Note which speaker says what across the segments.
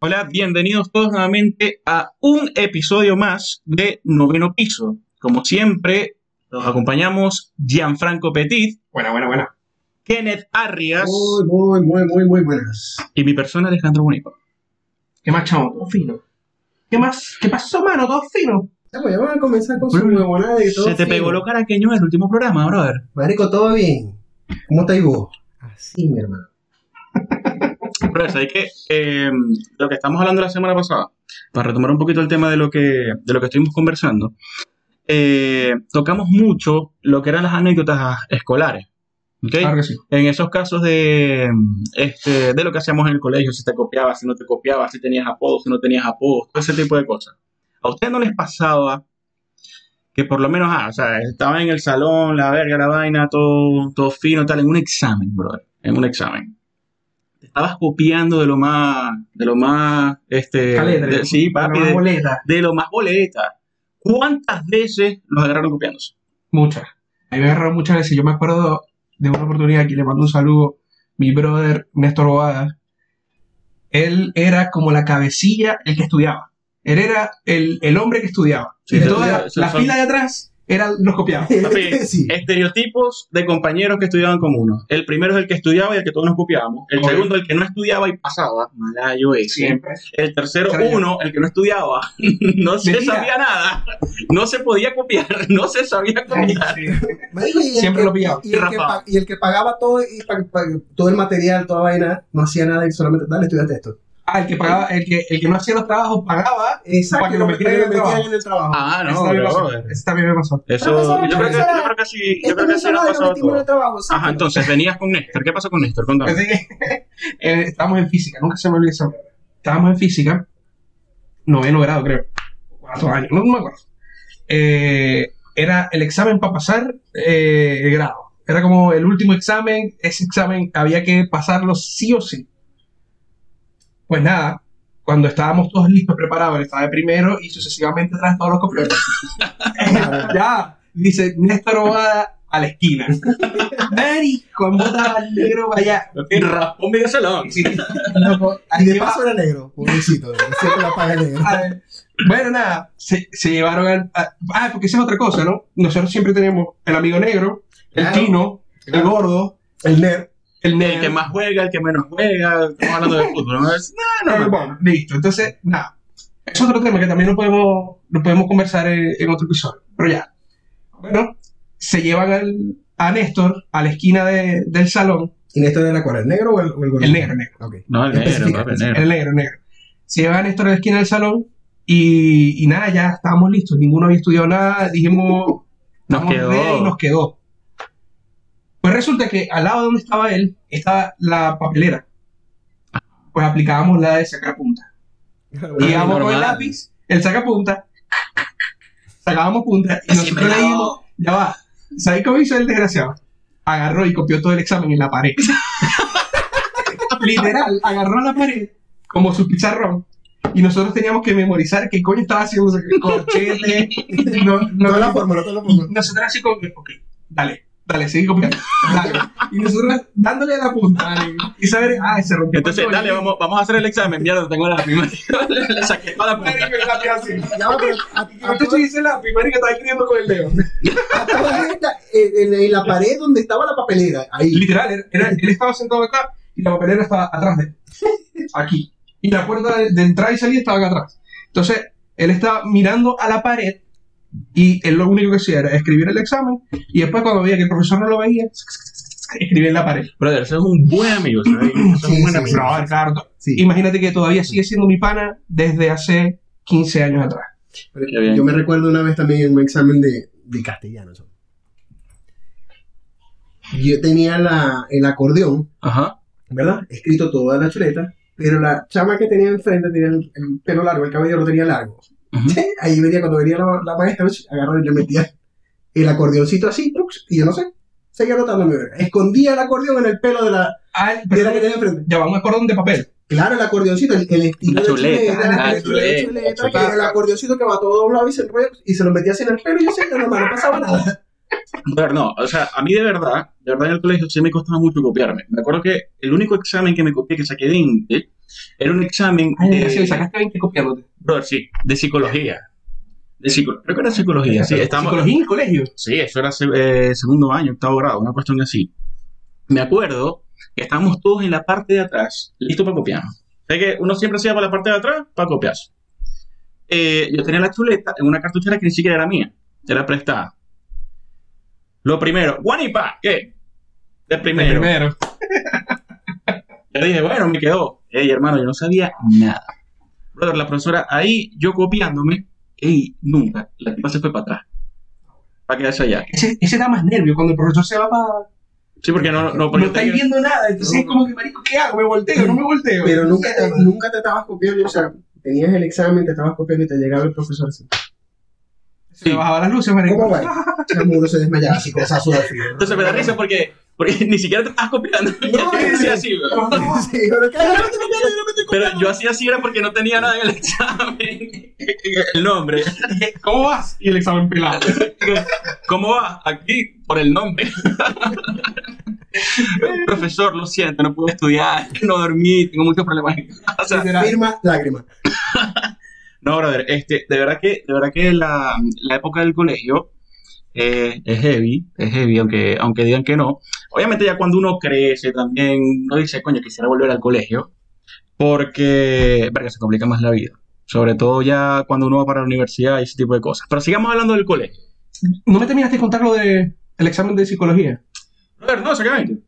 Speaker 1: Hola, bienvenidos todos nuevamente a un episodio más de Noveno Piso. Como siempre, los acompañamos Gianfranco Petit,
Speaker 2: Buena, buena, buena.
Speaker 1: Kenneth Arrias
Speaker 3: Muy, muy, muy, muy, muy buenas.
Speaker 1: y mi persona Alejandro Bonico.
Speaker 2: ¿Qué más, chamo? Todo fino. ¿Qué más? ¿Qué pasó, mano? Todo fino.
Speaker 3: Ya, pues ya vamos a comenzar con su
Speaker 1: Bruno,
Speaker 3: huevonada de todo.
Speaker 1: Se te
Speaker 3: fino.
Speaker 1: pegó lo caraqueño del último programa, brother.
Speaker 3: Marico, todo bien. ¿Cómo estáis vos?
Speaker 1: Ah,
Speaker 3: Así, mi hermano.
Speaker 1: Brother, ¿sabes qué? Eh, lo que estamos hablando la semana pasada, para retomar un poquito el tema de lo que, de lo que estuvimos conversando, eh, tocamos mucho lo que eran las anécdotas escolares. ¿ok?
Speaker 2: Claro que sí.
Speaker 1: en esos casos de, mm, este, de lo que hacíamos en el colegio, si te copiabas, si no te copiabas, si tenías apodos, si no tenías apodos, todo ese tipo de cosas. ¿A usted no les pasaba que por lo menos, ah, o sea, estaban en el salón, la verga, la vaina, todo, todo fino, tal, en un examen, brother, en un examen? Te estabas copiando de lo más, de lo más, este,
Speaker 2: Caleta,
Speaker 1: de- sí, papi,
Speaker 2: Para una
Speaker 1: de,
Speaker 2: boleta.
Speaker 1: de lo más boleta. ¿Cuántas veces los agarraron copiándose?
Speaker 2: Muchas. A mí me agarraron muchas veces. Yo me acuerdo de una oportunidad que le mando un saludo. Mi brother, Néstor Bobada. Él era como la cabecilla, el que estudiaba. Él era el, el hombre que estudiaba.
Speaker 1: Sí,
Speaker 2: y
Speaker 1: sí,
Speaker 2: toda
Speaker 1: sí, sí,
Speaker 2: la
Speaker 1: son-
Speaker 2: fila de atrás eran los copiados.
Speaker 1: Papi,
Speaker 3: sí.
Speaker 1: Estereotipos de compañeros que estudiaban con uno. El primero es el que estudiaba y el que todos nos copiábamos. El
Speaker 2: Obvio.
Speaker 1: segundo, el que no estudiaba y pasaba. Malayo ese.
Speaker 2: Siempre.
Speaker 1: El tercero,
Speaker 2: Extraño.
Speaker 1: uno, el que no estudiaba. no se
Speaker 2: Mentira.
Speaker 1: sabía nada. No se podía copiar. No se sabía copiar.
Speaker 2: Sí.
Speaker 3: Marico, y el
Speaker 2: Siempre
Speaker 3: que-
Speaker 2: lo pillaba.
Speaker 3: Y el, que
Speaker 1: Rafa.
Speaker 3: pa- y el que pagaba todo, y pa- pa- todo el material, toda vaina, no hacía nada y solamente, dale, estudiate esto.
Speaker 2: Ah, el que pagaba, el que, el que no hacía los trabajos pagaba.
Speaker 3: Exacto.
Speaker 2: Para que lo metieran en el trabajo.
Speaker 3: en el trabajo.
Speaker 1: Ah,
Speaker 2: Eso
Speaker 1: no,
Speaker 2: también
Speaker 1: bro.
Speaker 2: pasó. Eso también me pasó.
Speaker 1: Eso,
Speaker 3: Profesora,
Speaker 1: yo, creo que,
Speaker 3: profesora,
Speaker 1: yo creo que sí, yo
Speaker 3: Esto
Speaker 1: creo
Speaker 3: no
Speaker 1: que
Speaker 3: es
Speaker 1: sí nos ha
Speaker 3: nada, lo
Speaker 1: pasado a
Speaker 3: metimos en
Speaker 1: todos.
Speaker 3: el trabajo. sácalo.
Speaker 1: Ajá, entonces venías con Néstor. ¿Qué pasó con Néstor? Contame.
Speaker 2: Así que eh, estábamos en física, nunca se me olvidó eso. Estábamos en física, noveno grado creo, cuarto año, no me acuerdo. Eh, era el examen para pasar eh, el grado. Era como el último examen, ese examen había que pasarlo sí o sí. Pues nada, cuando estábamos todos listos, preparados, él estaba de primero y sucesivamente atrás todos los copiadores. ya, dice Néstor Bobada a la esquina. Marico, en botas al negro, vaya.
Speaker 1: Raspón medio salón.
Speaker 2: Sí, loco,
Speaker 3: Y
Speaker 2: ahí
Speaker 3: de
Speaker 2: va.
Speaker 3: paso era negro, pobrecito. Siempre la paga el negro.
Speaker 2: A ver, Bueno, nada, se, se llevaron al. a- ah, porque esa es otra cosa, ¿no? Nosotros siempre tenemos el amigo negro, el
Speaker 3: Claro.
Speaker 2: chino, el gordo,
Speaker 3: El nerd.
Speaker 2: el
Speaker 1: El
Speaker 2: negro.
Speaker 1: que más juega, el que menos juega. Estamos hablando de fútbol. ¿no? Es- no, no, no.
Speaker 2: Eh, bueno, listo. Entonces, nada. Es otro tema que también lo podemos, lo podemos conversar en, en otro episodio. Pero ya. Bueno, se llevan al, a Néstor a la esquina de- del salón.
Speaker 3: ¿Y Néstor era cuál? ¿El negro o el, o el gordo?
Speaker 2: El negro, el negro.
Speaker 3: Ok.
Speaker 1: No, el negro,
Speaker 3: Especifica,
Speaker 1: papi, el negro.
Speaker 2: El negro, el negro. Se llevan a Néstor a la esquina del salón y, y nada, ya estábamos listos. Ninguno había estudiado nada. Dijimos,
Speaker 1: Nos
Speaker 2: "Vamos
Speaker 1: quedó.
Speaker 2: ready", y nos quedó. Pues resulta que al lado de donde estaba él, estaba la papelera. Pues aplicábamos la de sacapunta.
Speaker 1: Ah,
Speaker 2: Y íbamos con
Speaker 1: normal.
Speaker 2: el lápiz, el sacapunta, sacábamos punta y
Speaker 1: Siempre
Speaker 2: nosotros
Speaker 1: la-
Speaker 2: leímos, ya va. ¿Sabes cómo hizo el desgraciado? Agarró y copió todo el examen en la pared. Literal, agarró la pared como su pizarrón. Y nosotros teníamos que memorizar qué coño estaba haciendo ese corchete. No, no,
Speaker 3: No la fórmula, no la
Speaker 2: y
Speaker 3: fórmula.
Speaker 2: nosotros así como que, ok, dale, dale, sigue copiando. Dale. Y nosotros dándole a la punta. dale. Y saber, ah, se rompió.
Speaker 1: Entonces, dale, vamos, vamos a hacer el examen. Mierda, tengo la misma. Le saqué toda la punta.
Speaker 2: Marico, el lápiz así.
Speaker 3: Ya, pero a- a-
Speaker 2: Antes yo hice lápiz, marico, estaba escribiendo con el dedo.
Speaker 3: a todas estas, en, en- en la pared donde estaba la papelera, ahí.
Speaker 2: Literal, era- era- él estaba sentado acá y la papelera estaba atrás de él. Aquí. Y la puerta de, de entrada y salida estaba acá atrás. Entonces, él estaba mirando a la pared y él lo único que hacía era escribir el examen y después cuando veía que el profesor no lo veía, escribía en la pared.
Speaker 1: Brother, eso es un buen amigo, ¿sabes? Eso es un
Speaker 3: Sí,
Speaker 1: buen
Speaker 3: sí,
Speaker 1: amigo.
Speaker 2: No, claro.
Speaker 3: Sí.
Speaker 2: Imagínate que todavía sigue siendo mi pana desde hace 15 años atrás.
Speaker 1: Qué bien.
Speaker 3: Yo me recuerdo una vez también en un examen de, de castellano. eso. Yo tenía la, el acordeón,
Speaker 1: Ajá.
Speaker 3: ¿verdad? Escrito toda la chuleta, pero la chama que tenía enfrente tenía el, el pelo largo, el cabello lo tenía largo.
Speaker 1: Ujú.
Speaker 3: Ahí venía, cuando venía la, la maestra, agarraba y le metía el acordeoncito así, trucs, y yo no sé, seguía anotando mi verga. Escondía el acordeón en el pelo de la,
Speaker 2: Ah,
Speaker 3: de la que
Speaker 2: pero-
Speaker 3: tenía enfrente.
Speaker 2: ya va un acordón de papel.
Speaker 3: Claro, el acordeoncito, el, el estilo
Speaker 1: La chuleta,
Speaker 3: de
Speaker 1: la
Speaker 3: chuleta, el estilo
Speaker 1: chuleta,
Speaker 3: de chuleta,
Speaker 1: la
Speaker 3: que era el acordeoncito que va todo doblado y se enrolla y se lo metía así en el pelo y yo sé, no, no, no pasaba nada.
Speaker 1: Brother, no, o sea, a mí de verdad, de verdad en el colegio sí me costaba mucho copiarme. Me acuerdo que el único examen que me copié, que saqué 20, Era un examen
Speaker 2: Ay,
Speaker 1: de,
Speaker 2: desgraciado, y Ah, Eh, sacaste 20 copiándote.
Speaker 1: brother, sí, de psicología. De psico- creo que era psicología, sí, estábamos-
Speaker 2: Psicología en el colegio.
Speaker 1: Sí, eso era se- eh, segundo año, octavo grado, una cuestión así. Me acuerdo que estábamos todos en la parte de atrás, listos para copiar. Es que uno siempre se iba para la parte de atrás para copiar. Eh, yo tenía la chuleta en una cartuchera que ni siquiera era mía, era prestada. Lo primero, guanipa, ¿qué? De primero.
Speaker 2: Primero.
Speaker 1: Yo dije, bueno, me quedó. Ey, hermano, yo no sabía nada. Brother, la profesora ahí, yo copiándome, ey, nunca. La tipa se fue para atrás. Para quedarse allá.
Speaker 2: Ese, ese da más nervio cuando el profesor se va para.
Speaker 1: Sí, porque no, no, porque
Speaker 2: no estáis viendo nada, entonces
Speaker 3: No.
Speaker 2: es como que, marico, ¿qué hago? ¿Me volteo? ¿No me volteo?
Speaker 3: Pero nunca te, nunca te estabas copiando, o sea, tenías el examen, te estabas copiando y te llegaba el profesor así.
Speaker 2: Se me bajaban las luces, marico.
Speaker 3: ¿Cómo va? Chamuro se desmayaba así, cosazo de frío.
Speaker 1: Entonces me da risa porque, porque ni siquiera te estabas copiando.
Speaker 3: No,
Speaker 1: Yo hacía así, weón.
Speaker 3: Sí, pero ¿qué?
Speaker 1: Pero yo hacía así era porque no tenía nada en el examen. El nombre.
Speaker 2: ¿Cómo vas? Y el examen pelado.
Speaker 1: ¿Cómo va? Aquí, por el nombre. Profesor, lo siento, no pude estudiar, no dormí, tengo muchos problemas en casa.
Speaker 2: Literal.
Speaker 3: Firma, lágrima.
Speaker 1: No, brother, este, de verdad que, de verdad que la, la época del colegio eh, es heavy, es heavy, aunque, aunque digan que no. Obviamente ya cuando uno crece también, uno dice, coño, quisiera volver al colegio, porque, verga, se complica más la vida. Sobre todo ya cuando uno va para la universidad y ese tipo de cosas. Pero sigamos hablando del colegio.
Speaker 2: ¿No me terminaste de contar lo del examen de psicología?
Speaker 1: Brother, no, exactamente.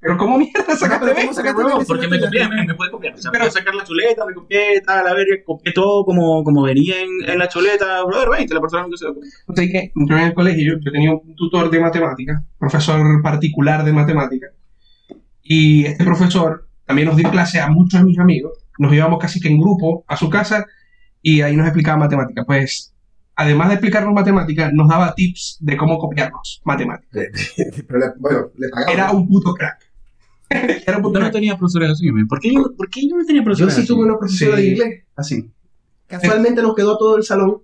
Speaker 2: Pero ¿cómo mierda sacaste
Speaker 3: pero ¿cómo
Speaker 2: 20,
Speaker 3: sacaste
Speaker 2: bro?
Speaker 3: veinte?
Speaker 1: Porque me copié, me, me pude copiar. O sea,
Speaker 2: Pero-
Speaker 1: pude sacar la chuleta, me copié, tal, la verga, copié todo como, como venía en, en la chuleta. Brother, 20, la persona que se lo copió.
Speaker 2: Entonces, que yo en el colegio, yo tenía un tutor de matemáticas, profesor particular de matemáticas, y este profesor también nos dio clase a muchos de mis amigos, nos íbamos casi que en grupo a su casa y ahí nos explicaba matemáticas. Pues, además de explicarnos matemáticas, nos daba tips de cómo copiarnos matemáticas.
Speaker 3: Pero le- bueno, le pagaba.
Speaker 2: Era un puto crack. Era un puto
Speaker 1: Yo no
Speaker 2: crack.
Speaker 1: tenía profesores así, men. ¿Por qué yo, por qué yo no tenía
Speaker 3: Yo
Speaker 1: profesores
Speaker 3: sí
Speaker 1: así?
Speaker 3: tuve una profesora
Speaker 2: Sí.
Speaker 3: de inglés, así. Casualmente nos quedó a todo el salón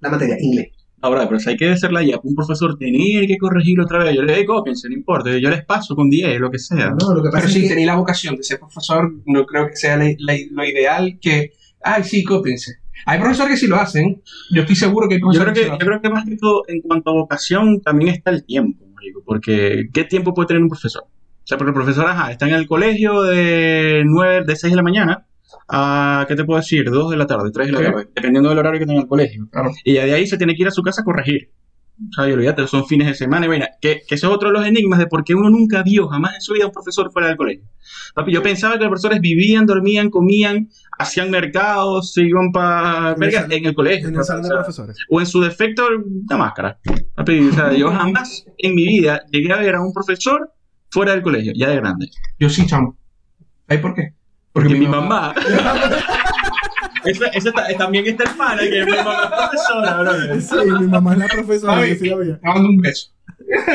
Speaker 3: la materia, inglés.
Speaker 1: Ahora, pero si hay que hacerla ya, un profesor tenía que corregirlo otra vez. Yo le digo, "Ey, cópiense, no importa. Yo les paso con 10, lo que sea.
Speaker 3: No, lo que pasa
Speaker 2: Pero
Speaker 3: es
Speaker 2: si
Speaker 3: que
Speaker 2: tenéis la vocación de ser profesor, no creo que sea la- la- lo ideal que, ay, sí, cópiense. Hay profesores que sí lo hacen. Yo estoy seguro que hay
Speaker 1: Yo creo
Speaker 2: profesores
Speaker 1: que,
Speaker 2: sí lo
Speaker 1: yo creo que más que todo, en cuanto a vocación, también está el tiempo, marico, Porque, ¿qué tiempo puede tener un profesor? O sea, porque el profesor, ajá, está en el colegio de 9, de 6 de la mañana a, ¿qué te puedo decir? 2 de la tarde, 3 de la
Speaker 2: Ok.
Speaker 1: tarde, dependiendo del horario que tenga el colegio.
Speaker 2: Claro.
Speaker 1: Y ya de ahí se tiene que ir a su casa a corregir. O sea, y olvídate, son fines de semana y vaina. Que, que eso es otro de los enigmas de por qué uno nunca vio jamás en su vida a un profesor fuera del colegio. Papi, yo pensaba que los profesores vivían, dormían, comían, hacían mercados, se iban para...
Speaker 4: el
Speaker 1: Verga,
Speaker 4: salón-
Speaker 1: en el colegio.
Speaker 4: En
Speaker 1: papi,
Speaker 4: el salón de
Speaker 1: o sea,
Speaker 4: profesores.
Speaker 1: o en su defecto una máscara. Papi, o sea, yo jamás en mi vida llegué a ver a un profesor fuera del colegio, ya de grande.
Speaker 2: Yo sí, chamo. ¿Hay por qué?
Speaker 1: Porque mi mamá. Esa- esa ta- también está el pana, que mi mamá es
Speaker 2: Ah,
Speaker 1: profesora, brother.
Speaker 4: Sí, mi mamá es la profesora,
Speaker 2: Ay.
Speaker 4: yo sí la veía.
Speaker 2: Me manda un beso.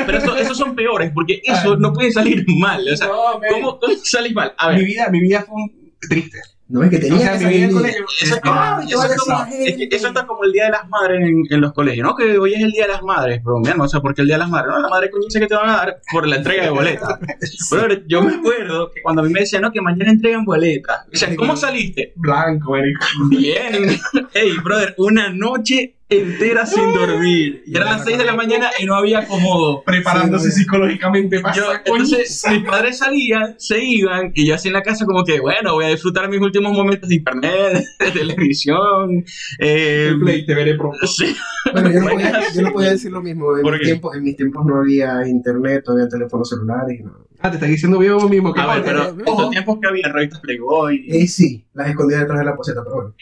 Speaker 1: Pero eso- esos son peores, porque eso no puede salir mal. O sea,
Speaker 2: No, men.
Speaker 1: ¿cómo, cómo sale mal? A
Speaker 2: Mi
Speaker 1: ver.
Speaker 2: vida, mi vida fue un- triste.
Speaker 3: No, es que tenía
Speaker 2: o sea,
Speaker 3: que
Speaker 2: mi vida en el
Speaker 3: salir
Speaker 2: colegio.
Speaker 1: Eso, es como-
Speaker 3: Ay,
Speaker 1: eso es
Speaker 3: vale,
Speaker 1: como-
Speaker 3: esa
Speaker 1: es que
Speaker 3: gente.
Speaker 1: eso está como el Día de las Madres en, en los colegios, ¿no? Que hoy es el Día de las Madres, pero mi hermano, o sea, ¿por qué el Día de las Madres? No, la madre coñiza que te van a dar por la entrega de boletas. Brother, yo me acuerdo que cuando a mí me decían, no, que mañana entregan boletas. O sea, ¿cómo saliste?
Speaker 2: Blanco, marico.
Speaker 1: Bien. Ey, brother, una noche entera sin dormir. Y eran las 6 de la mañana y no había acomodo.
Speaker 2: Preparándose
Speaker 4: Sí,
Speaker 2: psicológicamente para
Speaker 1: Yo,
Speaker 2: esa
Speaker 1: entonces,
Speaker 2: coñiza.
Speaker 1: mis padres salían, se iban, y yo así en la casa como que, bueno, voy a disfrutar mis últimos momentos de internet, de televisión, eh,
Speaker 2: El play te veré pronto.
Speaker 1: sí,
Speaker 3: Bueno, yo no, podía, yo no podía decir lo mismo. En
Speaker 1: ¿Por
Speaker 3: mis,
Speaker 1: qué?
Speaker 3: tiempos, en mis tiempos no había internet, no había teléfonos celulares. No.
Speaker 2: Ah, te estás diciendo vivo mismo que
Speaker 1: A ver, pero en
Speaker 2: Ojo.
Speaker 1: los tiempos que había revistas Playboy,
Speaker 3: Eh, sí, las escondía detrás de la poseta, pero bueno.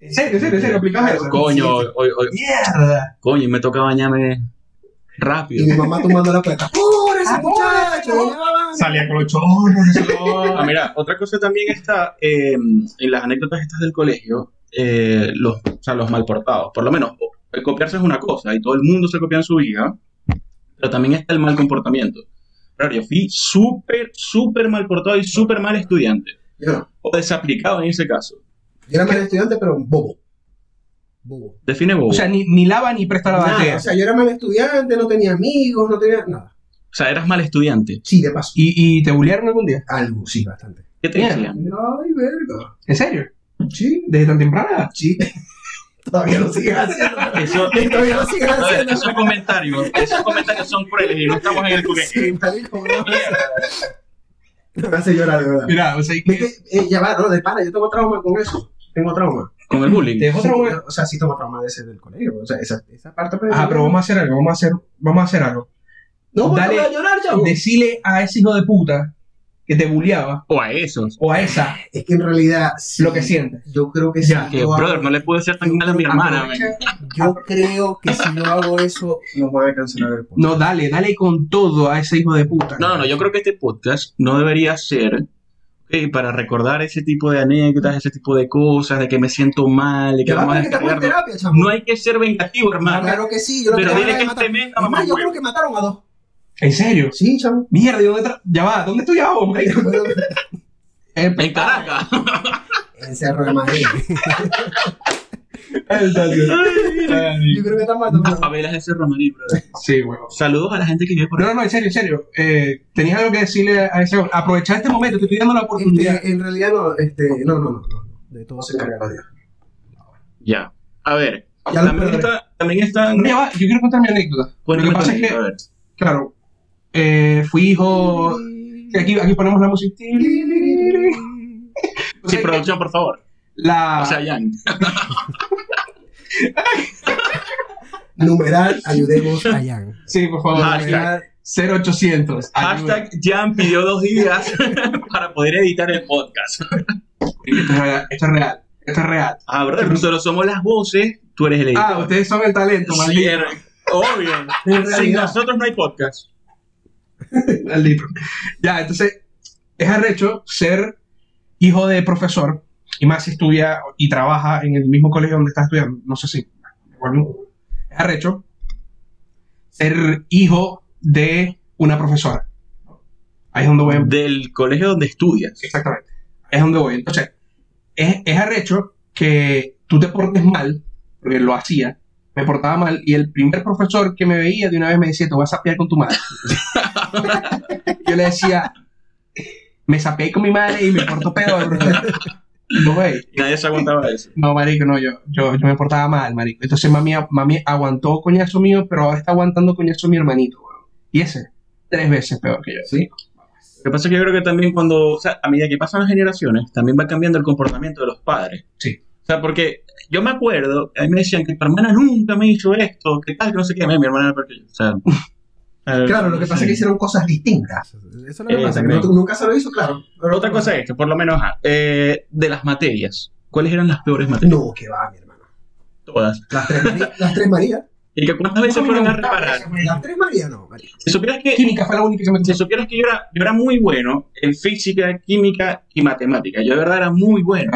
Speaker 2: En serio, en serio, en serio, aplicabas eso.
Speaker 1: coño, hoy, hoy- hoy-
Speaker 2: Mierda.
Speaker 1: coño, y me toca bañarme
Speaker 3: Y
Speaker 1: rápido.
Speaker 3: mi mamá tomando la cuenta. ¡Pobre ese
Speaker 2: Ah,
Speaker 3: muchacho!
Speaker 2: Salía con los chorros.
Speaker 1: Ah, mira, otra cosa también está eh, en las anécdotas estas del colegio, eh, los, o sea, los mal portados. Por lo menos, o- el copiarse es una cosa y todo el mundo se copia en su vida, pero también está el mal comportamiento. Claro, yo fui súper, súper mal portado y súper mal estudiante,
Speaker 3: Yo no.
Speaker 1: o desaplicado en ese caso.
Speaker 3: Yo era mal estudiante, pero un bobo. Bobo.
Speaker 1: Define bobo.
Speaker 2: O sea, ni, ni lava ni presta la
Speaker 3: Nada,
Speaker 2: batea.
Speaker 3: o sea, yo era mal estudiante, no tenía amigos, no tenía nada.
Speaker 1: eras mal estudiante.
Speaker 3: Sí, de paso.
Speaker 2: ¿Y, ¿Y te bullearon algún día?
Speaker 3: Algo, sí, bastante.
Speaker 1: ¿Qué te
Speaker 2: Mierda.
Speaker 1: decían?
Speaker 3: Ay, verga.
Speaker 2: ¿En serio?
Speaker 3: Sí,
Speaker 2: ¿Desde tan temprana?
Speaker 3: sí. Todavía lo siguen haciendo.
Speaker 1: Eso-
Speaker 3: Todavía lo siguen
Speaker 1: a ver,
Speaker 3: haciendo.
Speaker 1: esos comentarios, esos comentarios son crueles y no estamos en el colegio.
Speaker 3: Sí, marico, me hace- me hace llorar, de verdad.
Speaker 2: Mira, o sea,
Speaker 3: Ve que, eh, ya va, no, de pana, yo tengo trauma con eso. Tengo trauma.
Speaker 1: Con el bullying.
Speaker 2: te dejo
Speaker 3: Sí,
Speaker 2: otra hueá.
Speaker 3: o sea, sí tengo trauma de ese del colegio. O sea, esa, esa parte. pues,
Speaker 2: Ah, pero vamos a hacer algo, vamos a hacer, vamos a hacer algo.
Speaker 3: No, vos
Speaker 2: dale-
Speaker 3: no vas a llorar, chavo.
Speaker 2: Decile a ese hijo de puta que te bulleaba,
Speaker 1: O a esos.
Speaker 2: o a esa,
Speaker 3: Es que en realidad. sí,
Speaker 2: lo que sientes.
Speaker 3: Yo creo que
Speaker 2: Ya,
Speaker 3: sí.
Speaker 1: Que, Ah,
Speaker 3: yo hago-
Speaker 1: brother, no le pude ser tan mal a
Speaker 3: Ah,
Speaker 1: mi hermana. men.
Speaker 3: Yo creo que si no hago eso, no voy a cancelar el podcast.
Speaker 2: No, dale, dale con todo a ese hijo de puta.
Speaker 1: No, no, no, yo creo que este podcast no debería ser eh, para recordar ese tipo de anécdotas, ese tipo de cosas, de que me siento mal, de que
Speaker 3: Ya va,
Speaker 1: vamos a
Speaker 3: pero que estamos en
Speaker 1: descargarnos.
Speaker 3: terapia, chavo.
Speaker 1: No hay que ser vengativo, hermano.
Speaker 3: Claro que sí, yo lo
Speaker 1: Pero
Speaker 3: que
Speaker 1: dile que este es
Speaker 3: mataron.
Speaker 1: tremenda,
Speaker 3: Es
Speaker 1: mamá.
Speaker 3: más, yo creo
Speaker 1: huevo.
Speaker 3: que mataron a dos.
Speaker 2: ¿En serio?
Speaker 3: Sí, chavo.
Speaker 2: Mierda, ¿y dónde tra- Ya va, ¿dónde estoy ahora, hombre? El
Speaker 1: En Caracas.
Speaker 3: En Cerro de Madrid.
Speaker 2: Ay,
Speaker 3: Yo creo que están matando.
Speaker 1: Las favelas de Cerro Marí, brother.
Speaker 2: Sí, huevón.
Speaker 1: Saludos a la gente que vive por
Speaker 2: No,
Speaker 1: ahí.
Speaker 2: no, no, en serio, en serio. Eh, tenías algo que decirle a ese hombre. Aprovecha este momento, te estoy dando la oportunidad.
Speaker 3: Este, en realidad no, este, no, no, no, no, no. De todo se encarga Dios.
Speaker 1: Ya. A ver.
Speaker 3: Ya lo
Speaker 1: También
Speaker 3: perdonaré.
Speaker 1: está. También está.
Speaker 2: No, ya va, yo quiero contar mi anécdota.
Speaker 1: Bueno,
Speaker 2: lo que
Speaker 1: cuéntame,
Speaker 2: pasa es que,
Speaker 1: a ver.
Speaker 2: claro, eh, fui hijo. Sí, Aquí, aquí ponemos la música. O
Speaker 1: Sí,
Speaker 2: sea,
Speaker 1: producción, por favor.
Speaker 2: La...
Speaker 1: O sea, Jan.
Speaker 3: Numeral, ayudemos a Jan.
Speaker 2: Sí, por favor.
Speaker 1: Hashtag.
Speaker 3: Numeral,
Speaker 2: 0800. ayuda.
Speaker 1: Hashtag Jan pidió dos días para poder editar el podcast.
Speaker 2: Esto es real, esto es real. Esto es real.
Speaker 1: Ah, brother, nosotros somos las voces, tú eres el editor.
Speaker 2: Ah, ustedes son el talento,
Speaker 1: Sí,
Speaker 2: maldito.
Speaker 1: er- Obvio.
Speaker 3: en
Speaker 1: Sin
Speaker 3: realidad.
Speaker 1: nosotros no hay podcast.
Speaker 2: Maldito. Ya, entonces, es arrecho ser hijo de profesor y más si estudia y trabaja en el mismo colegio donde está estudiando. No sé si. Bueno, es arrecho ser hijo de una profesora. Ahí es donde voy a
Speaker 1: Del colegio donde estudias.
Speaker 2: Exactamente. Es donde voy. Entonces, es, es arrecho que tú te portes mal, porque lo hacía, me portaba mal, y el primer profesor que me veía de una vez me decía, te voy a sapear con tu madre. Yo le decía, me sapeé con mi madre y me porto peor. bro". No, güey.
Speaker 1: Nadie se aguantaba eso.
Speaker 2: No, marico, no, yo, yo, yo me portaba mal, marico. Entonces mami, mami aguantó coñazo mío, pero ahora está aguantando coñazo mi hermanito, weón. Y ese, tres veces peor que yo.
Speaker 1: Sí. Lo que pasa es que yo creo que también cuando, o sea, a medida que pasan las generaciones, también va cambiando el comportamiento de los padres.
Speaker 2: Sí.
Speaker 1: O sea, porque yo me acuerdo, a mí me decían que tu hermana nunca me hizo esto, que tal, que no sé qué, mi hermana era peor que yo. O sea,
Speaker 3: Claro, lo que pasa es que hicieron cosas distintas. Eso es lo que
Speaker 1: Eh,
Speaker 3: pasa, que
Speaker 1: también.
Speaker 3: no- nunca se lo hizo, claro.
Speaker 1: Pero otra cosa es que, por lo menos, ajá, eh, de las materias, ¿cuáles eran las peores materias?
Speaker 3: No, que va, mi hermano.
Speaker 1: Todas.
Speaker 3: Las tres, María- las tres Marías.
Speaker 1: ¿Y que cuántas veces
Speaker 2: A mí me
Speaker 1: fueron a
Speaker 2: gustaba
Speaker 1: reparar?
Speaker 2: esa,
Speaker 3: Las
Speaker 2: weón.
Speaker 3: tres Marías no, marico.
Speaker 1: Si supieras que,
Speaker 2: Química fue la única que me
Speaker 1: si supieras que yo, era, yo era muy bueno en física, química y matemática. Yo de verdad era muy bueno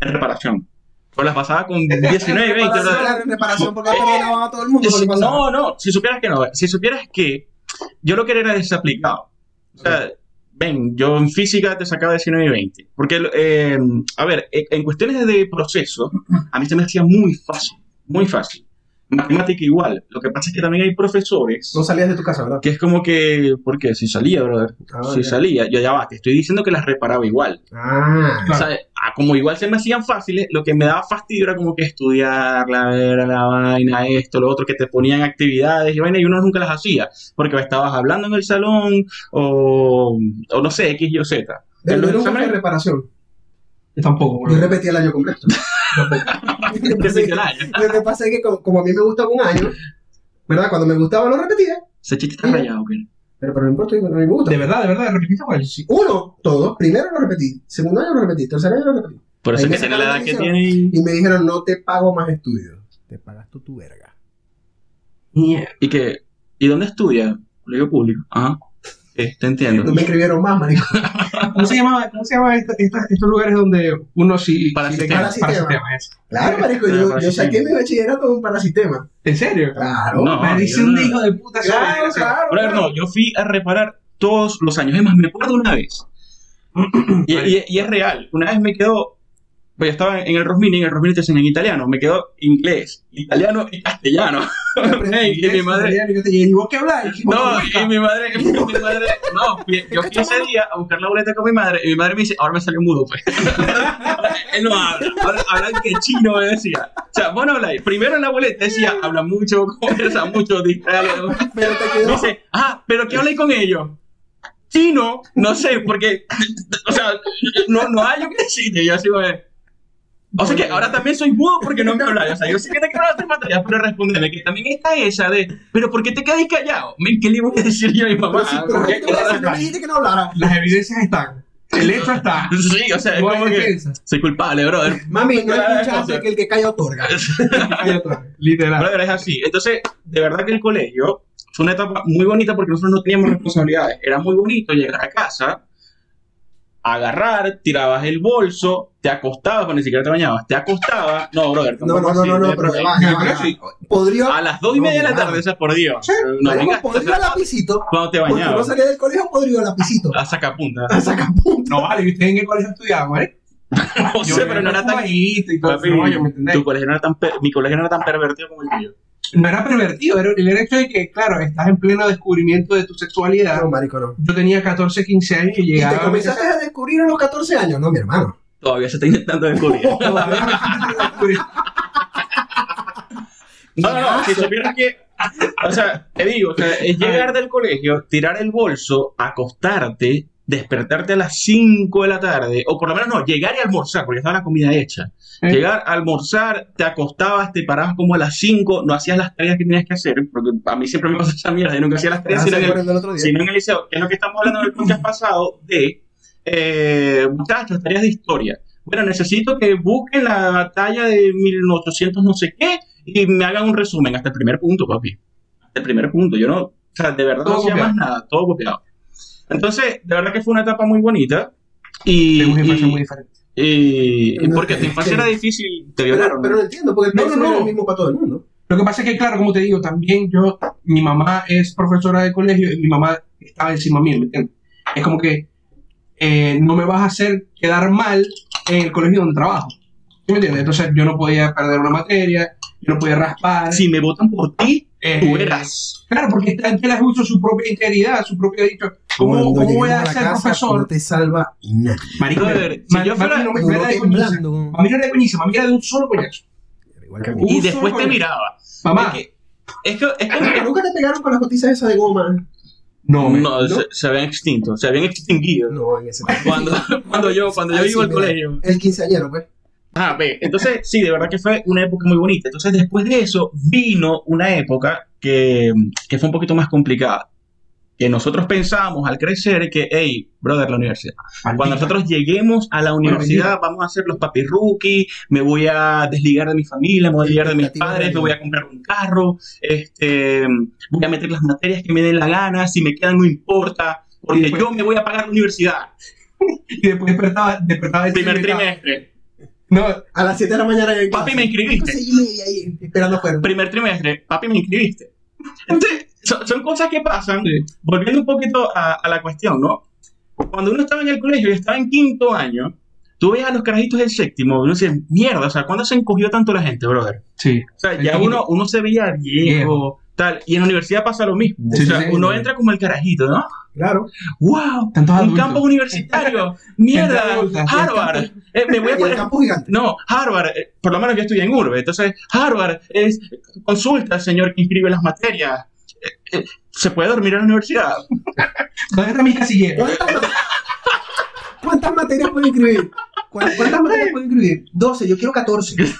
Speaker 1: en reparación. Pues las pasaba con 19, 20.
Speaker 3: Reparación,
Speaker 1: ¿verdad?
Speaker 3: claro, en reparación, porque
Speaker 1: Eh,
Speaker 3: perdonaban a todo el mundo.
Speaker 1: Si-
Speaker 3: lo que pasaba.
Speaker 1: no, no, si supieras que no. Si supieras que yo lo que era era desaplicado. O sea, ven, yo en física te sacaba 19 y 20. Porque, eh, a ver, en en cuestiones de proceso, a mí se me hacía muy fácil, muy fácil. Matemática igual. Lo que pasa es que también hay profesores
Speaker 3: No salías de tu casa, ¿verdad?
Speaker 1: que es como que, ¿por qué? Si salía, brother.
Speaker 3: Ah,
Speaker 1: si
Speaker 3: ya.
Speaker 1: salía, yo ya va, te estoy diciendo que las reparaba igual.
Speaker 3: Ah,
Speaker 2: Claro.
Speaker 1: O sea, ah, como igual se me hacían fáciles, lo que me daba fastidio era como que estudiar, la ver la vaina, esto, lo otro, que te ponían actividades y vaina, y uno nunca las hacía, porque estabas hablando en el salón, o, o no sé, X, Y o Z.
Speaker 3: pero
Speaker 1: los
Speaker 3: yo nunca fui
Speaker 1: exámenes-
Speaker 3: a reparación.
Speaker 2: Yo tampoco, weón.
Speaker 3: Yo repetí el año completo. Lo que
Speaker 1: Yo
Speaker 3: pasa
Speaker 1: soy
Speaker 3: es que-
Speaker 1: del año.
Speaker 3: lo que pasa es que como, como a mí me gustaba un año, ¿verdad? Cuando me gustaba lo repetía,
Speaker 1: Ese chiste está rayado, ¿qué?
Speaker 3: pero, pero no importa, digo, no me gusta.
Speaker 2: De verdad, de verdad, repetiste, güey.
Speaker 3: Uno, todo, primero lo repetí, segundo año lo repetí, tercer año lo repetí.
Speaker 1: Por eso
Speaker 3: Ahí
Speaker 1: es
Speaker 3: me
Speaker 1: que tiene la
Speaker 3: sacaron
Speaker 1: edad
Speaker 3: la
Speaker 1: que tiene.
Speaker 3: edición.
Speaker 1: y-
Speaker 3: Y me dijeron, no te pago más estudios. Te pagas tú tu verga.
Speaker 2: Mierda.
Speaker 1: Y que, ¿y dónde estudia? Colegio público. Ah, eh, te entiendo.
Speaker 3: No me escribieron más, marico.
Speaker 2: Ah, ¿Cómo se llamaba, cómo se llamaba esta- esta- estos lugares donde uno sí...
Speaker 1: Para
Speaker 2: sí
Speaker 1: sistema.
Speaker 2: le- Para sistema, eso.
Speaker 3: Claro, marico,
Speaker 1: Claro,
Speaker 3: yo,
Speaker 1: para
Speaker 3: yo
Speaker 1: sistema.
Speaker 3: saqué mi bachillerato de un parasistema.
Speaker 2: ¿En serio?
Speaker 3: Claro.
Speaker 1: No,
Speaker 2: Maldición
Speaker 1: yo no.
Speaker 2: de hijo de puta. esa
Speaker 3: Claro,
Speaker 2: desgracia.
Speaker 3: claro.
Speaker 1: Brother,
Speaker 3: claro.
Speaker 1: no, yo fui a reparar todos los años. Es más, me acuerdo una vez. Y, y- y es real. Una vez me quedó Pues yo estaba en el Rosmini, en el Rosmini te enseñan italiano, me quedó inglés, italiano y castellano. y mi madre,
Speaker 3: ¿Y vos qué habláis?
Speaker 1: no, y mi madre, y mi madre, no, fui- yo fui ese día a buscar la boleta con mi madre y mi madre me dice, ahora me salió mudo, pues. Él no habla, ahora hablan que chino, me decía. O sea, vos no habláis. Primero en la boleta decía, habla mucho, conversa mucho, distrae. a los-
Speaker 3: Pero te
Speaker 1: Me
Speaker 3: quedó.
Speaker 1: dice, ah, pero ¿qué habláis con ellos? Chino, no sé, porque, o sea, no, no hay yo que decirte. Yo así, güey. O sea que ahora también soy mudo porque no me habláis. O sea, yo sé que te quedaron otras materias, pero respóndeme que también está esa de, pero ¿por qué te quedáis callado? Men, ¿qué le voy a decir yo a mi
Speaker 3: Pero
Speaker 1: mamá?
Speaker 3: si- pero
Speaker 1: ¿Por qué
Speaker 3: si tú
Speaker 1: quedaron
Speaker 3: me
Speaker 1: atrás?
Speaker 3: dijiste que no hablara.
Speaker 2: Las evidencias están. El hecho está.
Speaker 1: Sí, o sea, es
Speaker 2: No hay
Speaker 1: como que
Speaker 2: defensa.
Speaker 1: soy culpable, brother.
Speaker 3: Mami, no
Speaker 1: Claro,
Speaker 3: escuchaste
Speaker 1: claro.
Speaker 3: que el que calla otorga.
Speaker 2: Ahí atrás, Literal.
Speaker 1: Brother, es así. Entonces, de verdad que el colegio fue una etapa muy bonita porque nosotros no teníamos responsabilidades. Era muy bonito llegar a casa, agarrar, tirabas el bolso, te acostabas, pero ni siquiera te bañabas, te acostabas. No, brother,
Speaker 3: No,
Speaker 1: tampoco
Speaker 3: no, no,
Speaker 1: así,
Speaker 3: no, no,
Speaker 1: de-
Speaker 3: pero ya va,
Speaker 2: No,
Speaker 3: ya va,
Speaker 2: pero
Speaker 3: ya
Speaker 2: sí.
Speaker 3: va. Podría.
Speaker 1: A las dos y
Speaker 3: No,
Speaker 1: media de la
Speaker 3: nada.
Speaker 1: tarde, esas por Dios.
Speaker 3: Sí,
Speaker 1: Ah, No
Speaker 3: marico,
Speaker 1: vengas, o
Speaker 3: podrido
Speaker 1: sea,
Speaker 3: lapicito.
Speaker 1: cuando te
Speaker 3: Porque no
Speaker 1: bañabas,
Speaker 3: salía del colegio podrido lapicito.
Speaker 1: a sacapuntas.
Speaker 3: A sacapuntas.
Speaker 2: No vale, ¿viste en qué colegio estudiábamos, eh?
Speaker 1: No sé, pero no era tan.
Speaker 2: fumadito y todo
Speaker 1: Papi,
Speaker 2: ese rollo, ¿me entendés?
Speaker 1: tu colegio no era tan per- mi colegio no era tan pervertido como el tuyo.
Speaker 2: No era pervertido, era el hecho de que, claro, estás en pleno descubrimiento de tu sexualidad.
Speaker 3: No, marico, no.
Speaker 2: Yo tenía 14, 15 años y
Speaker 3: Y
Speaker 2: llegaba.
Speaker 3: te comenzaste a descubrir a los 14 años. No, mi hermano.
Speaker 1: Todavía se está intentando descubrir. No, no, no, si supieras que. O sea, te digo, o sea, es llegar del colegio, tirar el bolso, acostarte, despertarte a las 5 de la tarde, o por lo menos no, llegar y almorzar, porque estaba la comida hecha.
Speaker 2: ¿Eh?
Speaker 1: Llegar, almorzar, te acostabas, te parabas como a las 5, no hacías las tareas que tenías que hacer, porque a mí siempre me pasa esa mierda, yo nunca hacía las tareas,
Speaker 3: Gracias
Speaker 1: sino en el
Speaker 3: por el del otro día.
Speaker 1: si no en el liceo, que es lo que estamos hablando en el podcast pasado, de eh, muchachos, tareas de historia. Bueno, necesito que busquen la batalla de 1800 no sé qué y me hagan un resumen hasta el primer punto, papi. Hasta el primer punto. Yo no, o sea, de verdad
Speaker 2: Todo
Speaker 1: no hacía
Speaker 2: copiado.
Speaker 1: más nada, todo copiado. Entonces, de verdad que fue una etapa muy bonita. Y,
Speaker 2: Tengo una infancia
Speaker 1: y-
Speaker 2: muy diferente.
Speaker 1: y- y
Speaker 3: No,
Speaker 1: porque tu
Speaker 3: es
Speaker 1: infancia
Speaker 3: que-
Speaker 1: era difícil, te
Speaker 3: Pero,
Speaker 1: violaron.
Speaker 3: pero
Speaker 1: ¿no?
Speaker 3: no entiendo, porque el
Speaker 2: No,
Speaker 3: precio
Speaker 2: no,
Speaker 3: era
Speaker 2: no.
Speaker 3: el mismo para todo el mundo.
Speaker 2: Lo que pasa es que, claro, como te digo, también yo, mi mamá es profesora de colegio y mi mamá estaba encima mío, ¿me entiendes? Es como que eh, no me vas a hacer quedar mal en el colegio donde trabajo. ¿Sí me entiendes? Entonces yo no podía perder una materia, yo no podía raspar.
Speaker 1: Si me votan por ti,
Speaker 2: eh,
Speaker 1: tú eras.
Speaker 2: Claro, porque está en tela de juicio su propia integridad, su propio dicho. ¿Cómo,
Speaker 3: Cuando
Speaker 2: cómo voy a
Speaker 3: lleguemos
Speaker 2: ser
Speaker 3: la casa, No
Speaker 2: profesor?
Speaker 3: te salva nadie.
Speaker 2: Marico,
Speaker 1: Brother,
Speaker 2: ma-
Speaker 1: si yo
Speaker 2: ma-
Speaker 1: fuera-
Speaker 2: no me- me
Speaker 3: Uno
Speaker 2: da de coñazo.
Speaker 3: temblando.
Speaker 2: Mami no era de coñiza, mami era de un solo coñazo.
Speaker 3: Igual que a mí.
Speaker 1: Y
Speaker 2: Uso,
Speaker 1: después te
Speaker 2: coño.
Speaker 1: miraba.
Speaker 2: Mamá,
Speaker 1: Es que- es que, es que
Speaker 3: Marico, ¿Nunca te pegaron con las cotizas esas de goma?
Speaker 2: no, me-
Speaker 1: No, Se, se habían extinto, se habían extinguido.
Speaker 3: No, en ese
Speaker 1: Cuando, cuando yo, cuando yo
Speaker 3: Ay,
Speaker 1: iba
Speaker 3: sí,
Speaker 1: al
Speaker 3: mira.
Speaker 1: colegio.
Speaker 3: El quinceañero, pues.
Speaker 1: Ah, ve. Entonces, sí, de verdad que fue una época muy bonita. Entonces, después de eso, vino una época que, que fue un poquito más complicada. Que nosotros pensábamos al crecer que, hey, brother, la universidad. Cuando nosotros lleguemos a la universidad, vamos a hacer los papi rookie, me voy a desligar de mi familia, me voy a desligar de mis
Speaker 3: Expectativa
Speaker 1: padres, me
Speaker 3: realidad.
Speaker 1: voy a comprar un carro, este, voy a meter las materias que me den la gana, si me quedan no importa,
Speaker 2: Y
Speaker 1: porque
Speaker 2: después-
Speaker 1: yo me voy a pagar la universidad.
Speaker 2: Y después despertaba, despertaba el
Speaker 1: Primer trimestre.
Speaker 2: No,
Speaker 3: A las 7 de la mañana en el
Speaker 1: Papi, me inscribiste.
Speaker 3: Seis y media ahí, esperando afuera.
Speaker 1: Primer trimestre. Papi, me inscribiste. Entonces, son, son cosas que pasan.
Speaker 2: Sí.
Speaker 1: Volviendo un poquito a, a la cuestión, ¿no? Cuando uno estaba en el colegio y estaba en quinto año, tú ves a los carajitos del séptimo y uno dice, mierda, o sea, ¿cuándo se encogió tanto la gente, brother?
Speaker 2: sí.
Speaker 1: O sea,
Speaker 2: El
Speaker 1: ya
Speaker 2: poquito.
Speaker 1: uno, uno se veía viejo,
Speaker 2: Viejo.
Speaker 1: tal. Y en la universidad pasa lo mismo.
Speaker 2: Sí,
Speaker 1: o sea,
Speaker 2: sí, sí.
Speaker 1: uno entra como el carajito, ¿no?
Speaker 3: Claro.
Speaker 1: ¡Wow!
Speaker 2: Tantos
Speaker 1: Un
Speaker 2: adultos.
Speaker 1: campus universitario. ¡Mierda!
Speaker 2: Gente adulta.
Speaker 1: ¡Harvard! Eh, me voy a
Speaker 3: Y el
Speaker 1: poner
Speaker 3: campo gigante.
Speaker 1: no, Harvard, eh, por lo menos yo estudié en Urbe, entonces Harvard es consulta al señor que inscribe las materias. Eh, eh, ¿Se puede dormir en la universidad?
Speaker 2: ¿Dónde están mis casilleros?
Speaker 3: ¿Cuántas, ma- ¿Cuántas materias puedo inscribir? ¿Cu- ¿Cuántas materias puedo inscribir? 12, yo quiero 14.
Speaker 2: Sí,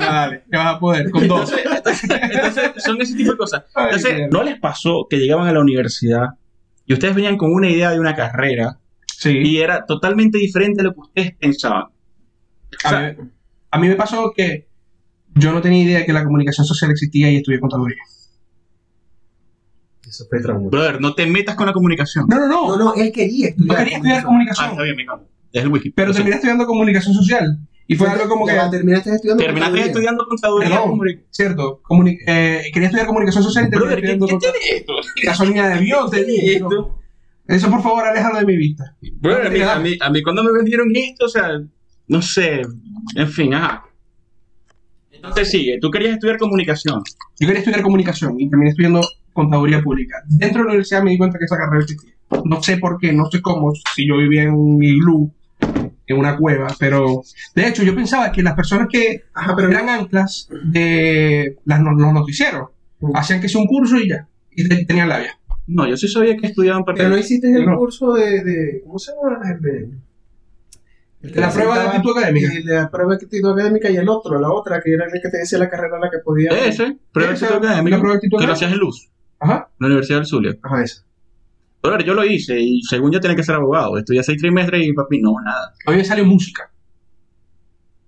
Speaker 2: no, dale. Te vas a poder con dos.
Speaker 1: Entonces, entonces, son ese tipo de cosas.
Speaker 2: Ay,
Speaker 1: Entonces,
Speaker 2: mierda.
Speaker 1: ¿no les pasó que llegaban a la universidad y ustedes venían con una idea de una carrera
Speaker 2: sí.
Speaker 1: y era totalmente diferente a lo que ustedes pensaban?
Speaker 2: A, mí, a mí me pasó que yo no tenía idea que la comunicación social existía y estudié contaduría.
Speaker 3: Eso fue traumático.
Speaker 1: Brother, no te metas con la comunicación.
Speaker 2: No, no, no.
Speaker 3: No,
Speaker 2: Yo
Speaker 3: no, él quería estudiar.
Speaker 2: quería estudiar
Speaker 1: Ah,
Speaker 2: comunicación,
Speaker 1: está bien, me cago. Es el wiki.
Speaker 2: pero
Speaker 1: Lo siento.
Speaker 2: terminé estudiando comunicación social. Y fue algo como que...
Speaker 3: Ya, terminaste estudiando.
Speaker 1: terminaste
Speaker 3: contaduría.
Speaker 1: estudiando contaduría.
Speaker 2: Perdón,
Speaker 1: comunicación.
Speaker 2: cierto. comuni- eh, quería estudiar comunicación social y terminé
Speaker 1: Brother, ¿qué,
Speaker 2: estudiando
Speaker 1: qué tiene esto?
Speaker 2: gasolina de avión. te digo.
Speaker 1: esto?
Speaker 2: Eso, por favor, aléjalo de mi vista.
Speaker 1: Brother, a mí, a mí- a mí cuando me vendieron esto, o sea, No sé, en fin, ajá. Entonces sigue, tú querías estudiar comunicación.
Speaker 2: Yo quería estudiar comunicación y terminé estudiando contaduría pública. Dentro de la universidad me di cuenta que esa carrera existía. No sé por qué, no sé cómo, si yo vivía en un iglú, en una cueva, pero de hecho yo pensaba que las personas que
Speaker 3: Ajá, pero
Speaker 2: eran anclas de las, no- los noticieros hacían que sea un curso y ya, y te- tenían labia.
Speaker 1: No, yo sí sabía que estudiaban parte
Speaker 3: Pero no hiciste el
Speaker 2: No.
Speaker 3: curso de, de- ¿Cómo se llama? El de- el que
Speaker 2: La prueba de
Speaker 3: presentaba-
Speaker 2: actitud académica.
Speaker 3: y La prueba de actitud académica y el otro, la otra, que era el que te decía la carrera en la que podía.
Speaker 1: de ese, prueba de
Speaker 2: Esa,
Speaker 1: actitud académica,
Speaker 2: la prueba de actitud
Speaker 1: que lo
Speaker 2: académica.
Speaker 1: hacías en luz,
Speaker 2: Ajá.
Speaker 1: en la Universidad del Zulia.
Speaker 3: Ajá, esa.
Speaker 1: Pero yo lo hice y según yo tenía que ser abogado. Estudié seis trimestres y papi, no, nada.
Speaker 2: A mí me salió música.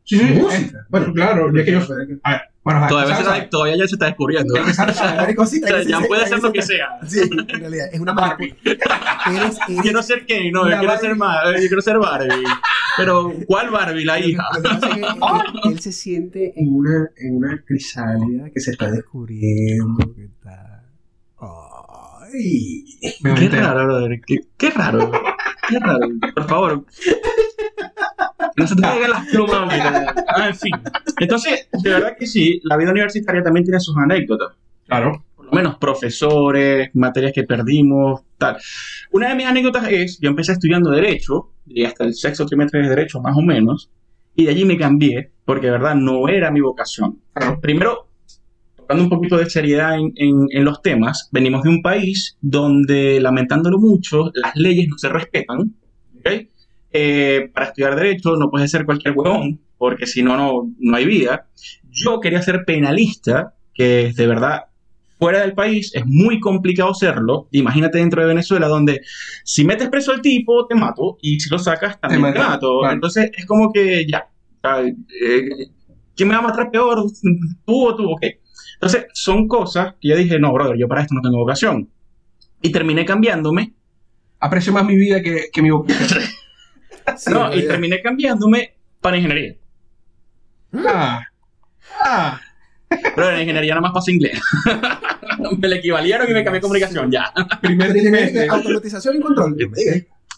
Speaker 2: Sí, sí, eh,
Speaker 3: Música. Bueno,
Speaker 2: claro, ya que yo. A ver, bueno, ajá,
Speaker 1: Todavía, se
Speaker 2: ¿sabes?
Speaker 1: está- todavía ya se está descubriendo.
Speaker 2: Ya que sabes, sabes.
Speaker 3: Hay cositas
Speaker 1: O sea,
Speaker 3: que sí
Speaker 1: ya
Speaker 3: se-
Speaker 1: puede
Speaker 3: que
Speaker 1: ser
Speaker 3: sí
Speaker 1: lo que
Speaker 3: se-
Speaker 1: sea.
Speaker 3: Sí, en realidad, es una
Speaker 2: Barbie.
Speaker 3: Eres, eres-
Speaker 1: Quiero ser Kenny, no, yo
Speaker 2: La
Speaker 1: quiero
Speaker 2: Barbie.
Speaker 1: ser, ma- yo quiero ser Barbie. Pero, ¿cuál Barbie? La hija.
Speaker 3: Lo que pasa es que él, él se siente en una, en una crisálida que se está descubriendo, que está... Ay.
Speaker 2: Me
Speaker 1: Qué
Speaker 2: metí.
Speaker 1: raro, brother. Qué, qué raro. Qué raro. Por favor. No se te caigan las plumas ahorita. Ah, en fin. Entonces, de verdad que sí, la vida universitaria también tiene sus anécdotas.
Speaker 2: Claro.
Speaker 1: Por lo menos profesores, materias que perdimos, tal. Una de mis anécdotas es, yo empecé estudiando Derecho, y hasta el sexto trimestre de Derecho más o menos, y de allí me cambié, porque de verdad no era mi vocación.
Speaker 2: Claro.
Speaker 1: Primero, tocando un poquito de seriedad en, en- en los temas, venimos de un país donde, lamentándolo mucho, las leyes no se respetan. ¿ok? Eh, para estudiar derecho no puedes ser cualquier huevón, porque si no, no, no hay vida. Yo quería ser penalista, que de verdad fuera del país es muy complicado serlo. Imagínate dentro de Venezuela, donde si metes preso al tipo, te mato, y si lo sacas, también te
Speaker 2: matan,
Speaker 1: mato.
Speaker 2: claro.
Speaker 1: Entonces es como que ya. o sea, eh, ¿Quién me va a matar peor? ¿Tú o tú? Ok. Entonces, son cosas que yo dije, no, brother, yo para esto no tengo vocación. Y terminé cambiándome
Speaker 2: Aprecio más mi vida que, que mi vocación.
Speaker 3: Sí,
Speaker 1: no, y
Speaker 3: ya-
Speaker 1: terminé cambiándome para ingeniería.
Speaker 2: Ah. Ah.
Speaker 1: Pero en ingeniería nada más pasa inglés. me le equivalieron y me cambié a comunicación, ya.
Speaker 2: Primer trimestre.
Speaker 3: Automatización y control.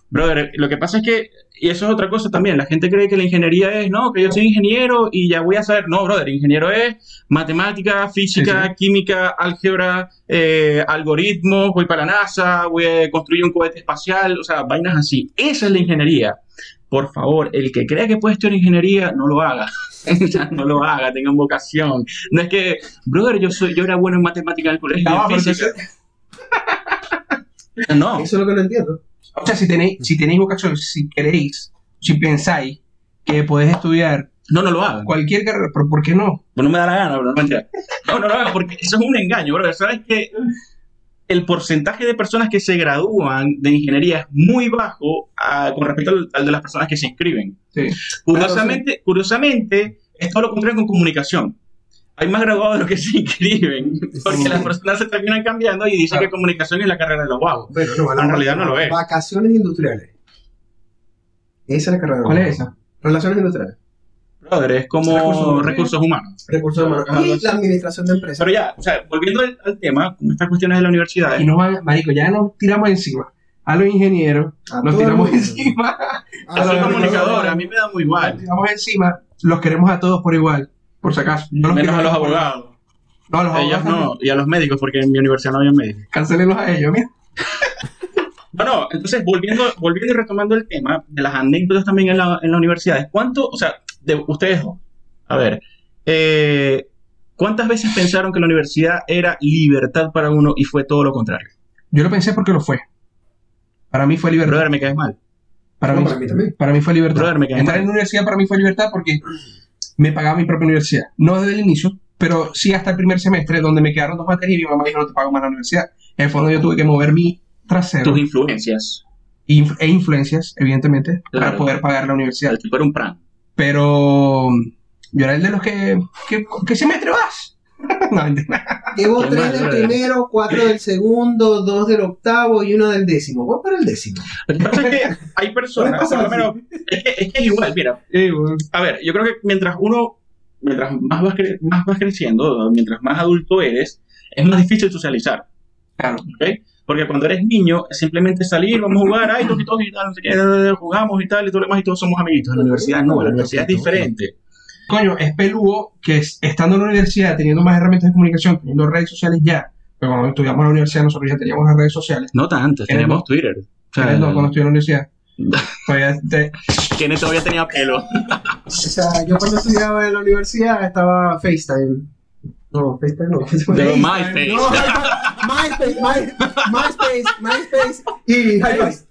Speaker 1: Brother, lo que pasa es que, y eso es otra cosa también, la gente cree que la ingeniería es, no, que yo soy ingeniero y ya voy a saber. No, brother, ingeniero es matemática, física,
Speaker 2: Sí,
Speaker 1: química, álgebra, eh, algoritmos, voy para la NASA, voy a construir un cohete espacial, o sea, vainas así. Esa es la ingeniería. Por favor, el que crea que puede estudiar ingeniería, no lo haga. O sea, no lo haga, tengan vocación. No es que, brother, yo soy, yo era bueno en matemática en el colegio. y
Speaker 2: Ya va,
Speaker 1: en
Speaker 2: pero
Speaker 1: física. No.
Speaker 3: Eso es lo que no entiendo.
Speaker 2: O sea, si tenéis, si tenéis vocación, si queréis, si pensáis que podéis estudiar
Speaker 1: No, no lo hagan.
Speaker 2: cualquier carrera, pero ¿por qué no?
Speaker 1: Pues no me da la gana, bro. No, mentira. no, no lo hagas porque eso es un engaño, bro. Sabes que el porcentaje de personas que se gradúan de ingeniería es muy bajo ah, con respecto al, al de las personas que se inscriben.
Speaker 2: Sí.
Speaker 1: Curiosamente, curiosamente, esto lo contrario con comunicación. Hay más graduados de los que se inscriben porque
Speaker 3: Sí.
Speaker 1: las personas se terminan cambiando y dicen
Speaker 2: Claro.
Speaker 1: que comunicación es la carrera de los guavos.
Speaker 3: Bueno, no,
Speaker 1: En realidad no lo es.
Speaker 3: Vacaciones industriales. Esa es la carrera.
Speaker 2: ¿Cuál es esa?
Speaker 3: Relaciones industriales.
Speaker 1: Brother, es como
Speaker 3: Recursos humanos.
Speaker 1: recursos humanos.
Speaker 3: Recursos humanos.
Speaker 1: Ah,
Speaker 3: Y la administración de empresas.
Speaker 1: Pero ya, o sea, volviendo al, al tema, con estas cuestiones de la universidad,
Speaker 2: Y no van, marico, ya nos tiramos encima. A los ingenieros,
Speaker 3: A
Speaker 2: nos
Speaker 3: todo el
Speaker 2: tiramos
Speaker 3: mundo. Ah,
Speaker 2: encima.
Speaker 3: A
Speaker 1: yo soy
Speaker 2: la-
Speaker 1: comunicador, a mí me da muy igual.
Speaker 2: Nos tiramos encima. Los queremos a todos por igual. Por si acaso. Yo
Speaker 1: Menos
Speaker 2: quiero-
Speaker 1: a los abogados.
Speaker 2: No, a los
Speaker 1: A ellos
Speaker 2: abogados.
Speaker 1: no, y a los médicos, porque en mi universidad no había médicos.
Speaker 2: Cancelenlos a ellos, mira.
Speaker 1: No, no, entonces volviendo, volviendo y retomando el tema de las anécdotas también en la, en la universidad, es ¿cuánto, o sea, de ustedes dos, a ver, eh, ¿cuántas veces pensaron que la universidad era libertad para uno y fue todo lo contrario?
Speaker 2: Yo lo pensé porque lo fue. Para mí fue libertad.
Speaker 1: Brother, me caes mal.
Speaker 2: Para,
Speaker 3: No,
Speaker 2: mí,
Speaker 3: para mí también.
Speaker 2: para mí fue libertad.
Speaker 1: Brother, me caes
Speaker 2: Entrar en
Speaker 1: mal.
Speaker 2: la universidad para mí fue libertad porque me pagaba mi propia universidad. No desde el inicio, pero sí hasta el primer semestre, donde me quedaron dos materias y mi mamá dijo, no te pago más la universidad. En el fondo yo tuve que mover mi trasero
Speaker 1: Tus influencias.
Speaker 2: inf- e influencias, evidentemente,
Speaker 1: Claro.
Speaker 2: para poder pagar la universidad.
Speaker 1: El tipo era un pran.
Speaker 2: Pero yo era el de los que... ¿Qué, qué semestre vas? no, mentira.
Speaker 3: Llevo
Speaker 1: Qué mal,
Speaker 3: tres del
Speaker 1: ¿verdad?
Speaker 3: primero, cuatro del segundo, dos del octavo y uno del décimo. Voy para el décimo.
Speaker 1: Lo que pasa es que hay personas, por lo menos, es que- es que es igual, mira,
Speaker 2: Eh, bueno.
Speaker 1: a ver, yo creo que mientras uno, mientras más vas, cre- más vas creciendo, mientras más adulto eres, es más difícil socializar.
Speaker 2: Claro.
Speaker 1: ¿ok? Porque cuando eres niño, simplemente salir, vamos a jugar, ay, todos y todos y tal, no sé qué, jugamos y tal, y todo lo demás, y todos somos amiguitos. En la universidad no, en la universidad es diferente.
Speaker 2: Coño, es peludo que es- estando en la universidad, teniendo más herramientas de comunicación, teniendo redes sociales ya, pero cuando estudiamos en la universidad nosotros ya teníamos las redes sociales.
Speaker 1: No tanto, teníamos Twitter. O sea,
Speaker 2: ¿Sabes? No, cuando estudié en la universidad. Todavía te-
Speaker 1: Kenneth todavía tenía pelo.
Speaker 3: O sea, yo cuando estudiaba en la universidad estaba FaceTime. No, FaceTime no.
Speaker 1: De
Speaker 3: MySpace.
Speaker 1: MySpace.
Speaker 3: No, MySpace, My- MySpace, MySpace y MySpace.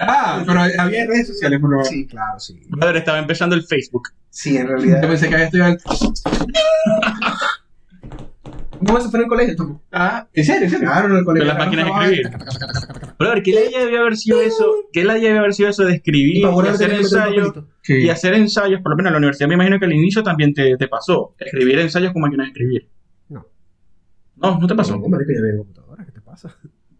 Speaker 2: Ah, pero había redes sociales, por lo menos.
Speaker 3: Sí, claro, sí.
Speaker 1: Brother, estaba empezando el Facebook.
Speaker 3: Sí, en
Speaker 2: Yo
Speaker 3: realidad.
Speaker 2: pensé que había estudiado.
Speaker 3: ¿Cómo se fue en el colegio? Tomo?
Speaker 2: Ah, ¿en serio? ¿En Ah, serio?
Speaker 3: Claro, en el colegio.
Speaker 1: Con las máquinas de
Speaker 3: Ay,
Speaker 1: escribir. Brother, ¿qué le debió haber sido eso? ¿Qué le debió haber sido eso de escribir
Speaker 3: Y
Speaker 1: y,
Speaker 3: para volver a
Speaker 1: hacer
Speaker 3: tener que meter un
Speaker 1: ensayos?
Speaker 3: papelito.
Speaker 2: Sí.
Speaker 1: Y hacer ensayos, por lo menos en la universidad me imagino que al inicio también te, te pasó. Escribir ensayos con máquinas de escribir.
Speaker 3: No.
Speaker 1: No, no te pasó.
Speaker 3: No, marico, ya veo computadora, ¿qué te pasa?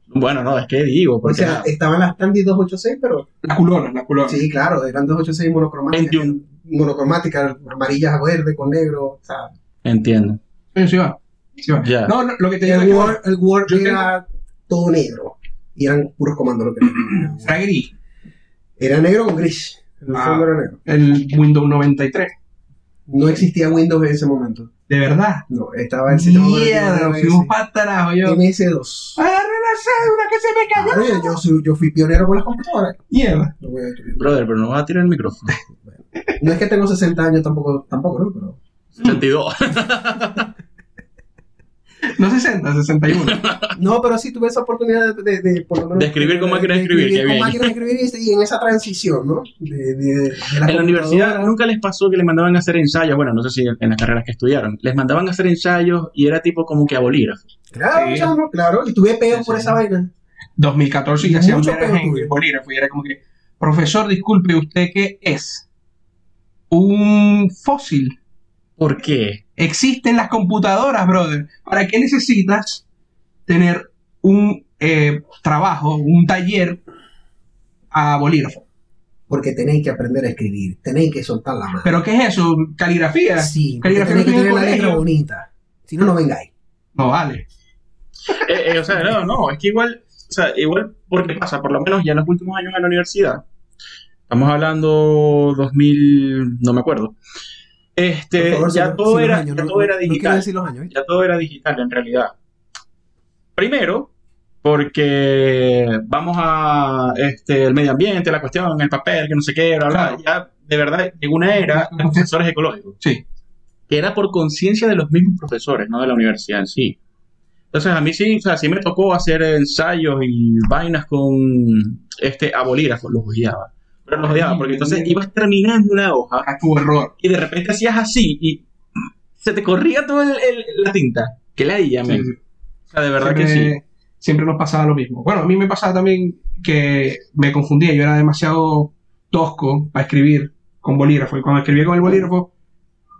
Speaker 1: Bueno, no, es que digo,
Speaker 3: O
Speaker 1: porque
Speaker 3: sea, estaban las Tandy 286, pero
Speaker 2: Las culonas, las culonas.
Speaker 3: sí, claro, eran 286 monocromáticas.
Speaker 1: 21.
Speaker 3: Monocromáticas, amarillas a verde con negro. O sea,
Speaker 1: entiendo.
Speaker 2: Coño, sí va. Sí va.
Speaker 1: Ya.
Speaker 2: No, no, lo que te digo es
Speaker 3: el
Speaker 2: que
Speaker 3: Word, el Word
Speaker 2: Yo
Speaker 3: era todo negro. Y eran puros comandos lo que tenía.
Speaker 2: era gris.
Speaker 3: Era negro con gris. El
Speaker 2: Ah.
Speaker 3: fondo era negro.
Speaker 2: El Windows 93.
Speaker 3: No existía Windows en ese momento.
Speaker 2: De verdad.
Speaker 3: No, estaba el sistema
Speaker 2: Mierda,
Speaker 3: operativo
Speaker 2: nos fuimos patarajo yo.
Speaker 3: MS2.
Speaker 2: Agarré la cédula que se me cayó.
Speaker 3: Claro, yo, yo soy- yo fui pionero con las computadoras.
Speaker 2: Mierda.
Speaker 3: Lo voy a destruir.
Speaker 1: Brother, pero no vas a tirar el micrófono.
Speaker 3: No es que tengo 60 años tampoco, tampoco, ¿no? Pero
Speaker 1: 72.
Speaker 2: No 60, 61.
Speaker 3: No, pero sí tuve esa oportunidad de, de- de, por lo menos,
Speaker 1: De escribir con máquina de escribir, qué
Speaker 3: con
Speaker 1: bien.
Speaker 3: máquina de escribir y, y en esa transición, ¿no? De, de, de la
Speaker 1: En la universidad nunca les pasó que les mandaban a hacer ensayos, bueno, no sé si en las carreras que estudiaron, les mandaban a hacer ensayos y era tipo como que a bolígrafo.
Speaker 3: Claro,
Speaker 2: Sí.
Speaker 3: chamo, claro. Y tuve peo
Speaker 1: Sí,
Speaker 3: por
Speaker 1: sí.
Speaker 3: esa vaina.
Speaker 2: 2014 y ya hacían
Speaker 3: Mucho
Speaker 2: veras
Speaker 3: peor
Speaker 2: en
Speaker 3: tuyo.
Speaker 2: bolígrafo. Y era como que, profesor, disculpe, ¿usted qué es? Un fósil.
Speaker 1: ¿Por qué?
Speaker 2: Existen las computadoras, brother. ¿Para qué necesitas tener un eh, trabajo, un taller a bolígrafo?
Speaker 3: Porque tenéis que aprender a escribir. Tenéis que soltar la mano.
Speaker 2: ¿Pero qué es eso? ¿Caligrafía?
Speaker 3: sí, porque
Speaker 2: caligrafía
Speaker 3: tenéis que
Speaker 2: en el
Speaker 3: tener la letra
Speaker 2: colegio.
Speaker 3: bonita. Si no, no vengáis.
Speaker 2: No vale.
Speaker 1: Eh, eh, o sea, no, no, es que igual, o sea, igual, porque pasa, por lo menos ya en los últimos años en la universidad, estamos hablando 2000, no me acuerdo, este,
Speaker 3: Por favor, si
Speaker 1: ya,
Speaker 3: no-
Speaker 1: todo
Speaker 3: si
Speaker 1: era,
Speaker 3: los años,
Speaker 1: ya
Speaker 3: no-
Speaker 1: todo era
Speaker 3: no- No
Speaker 1: digital.
Speaker 3: quiero decir los años. ¿eh?
Speaker 1: ya todo era digital en realidad. Primero, porque vamos a este, el medio ambiente, la cuestión, el papel, que no sé qué, bla, bla.
Speaker 2: Claro.
Speaker 1: Ya de verdad llegó una era de profesores ecológicos,
Speaker 2: Sí.
Speaker 1: que era por conciencia de los mismos profesores, no de la universidad en sí. Entonces a mí sí, o sea, sí me tocó hacer ensayos y vainas con este a bolígrafo, los odiaba. Pero los odiaba porque entonces ibas terminando una hoja
Speaker 2: Acá tu error.
Speaker 1: y de repente hacías así y se te corría toda la tinta. Que la di,
Speaker 2: Sí,
Speaker 1: amén.
Speaker 2: sí.
Speaker 1: O sea, de verdad que
Speaker 2: siempre,
Speaker 1: sí.
Speaker 2: Siempre nos pasaba lo mismo. Bueno, a mí me pasaba también que me confundía, yo era demasiado tosco para escribir con bolígrafo. Y cuando escribía con el bolígrafo,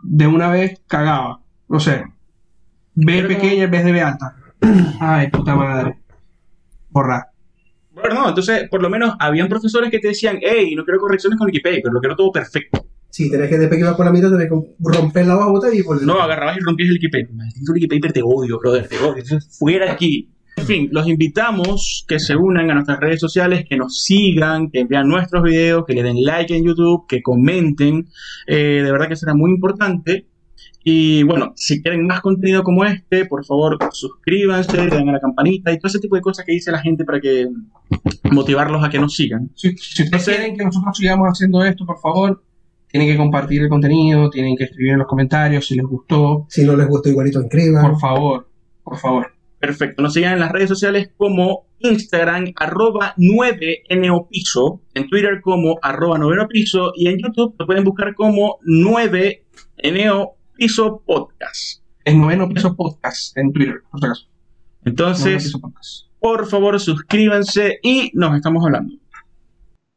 Speaker 2: de una vez cagaba. No sé. B
Speaker 1: Pero como-
Speaker 2: pequeña en vez de B alta. Ay, puta madre. Borrar.
Speaker 1: Pero no, entonces, por lo menos, habían profesores que te decían, hey, no quiero correcciones con Wikipedia, pero lo quiero todo perfecto.
Speaker 3: Sí, tenés que después que va por la mitad, tenés que romper la bajota y volver.
Speaker 1: No, agarrabas y rompías el Wikipedia. Maldito Wikipedia, te odio, brother, te odio. Entonces, Fuera aquí. En fin, los invitamos que se unan a nuestras redes sociales, que nos sigan, que vean nuestros videos, que le den like en YouTube, que comenten. Eh, de verdad que será muy importante. Y bueno, si quieren más contenido como este, por favor suscríbanse, le den a la campanita y todo ese tipo de cosas que dice la gente para que motivarlos a que nos sigan.
Speaker 2: Si, si ustedes
Speaker 1: Entonces-
Speaker 2: quieren que nosotros sigamos haciendo esto, por favor, tienen que compartir el contenido, tienen que escribir en los comentarios si les gustó.
Speaker 3: Si no les gustó igualito, inscriban.
Speaker 2: Por favor, por favor.
Speaker 1: Perfecto, nos sigan en las redes sociales como Instagram arroba 9 neopiso, en Twitter como arroba noveno piso y en YouTube lo pueden buscar como 9 neopiso podcast.
Speaker 2: El noveno piso podcast en Twitter, por si acaso. Noveno
Speaker 1: Entonces,
Speaker 2: Piso Podcast.
Speaker 1: por favor suscríbanse y nos estamos hablando.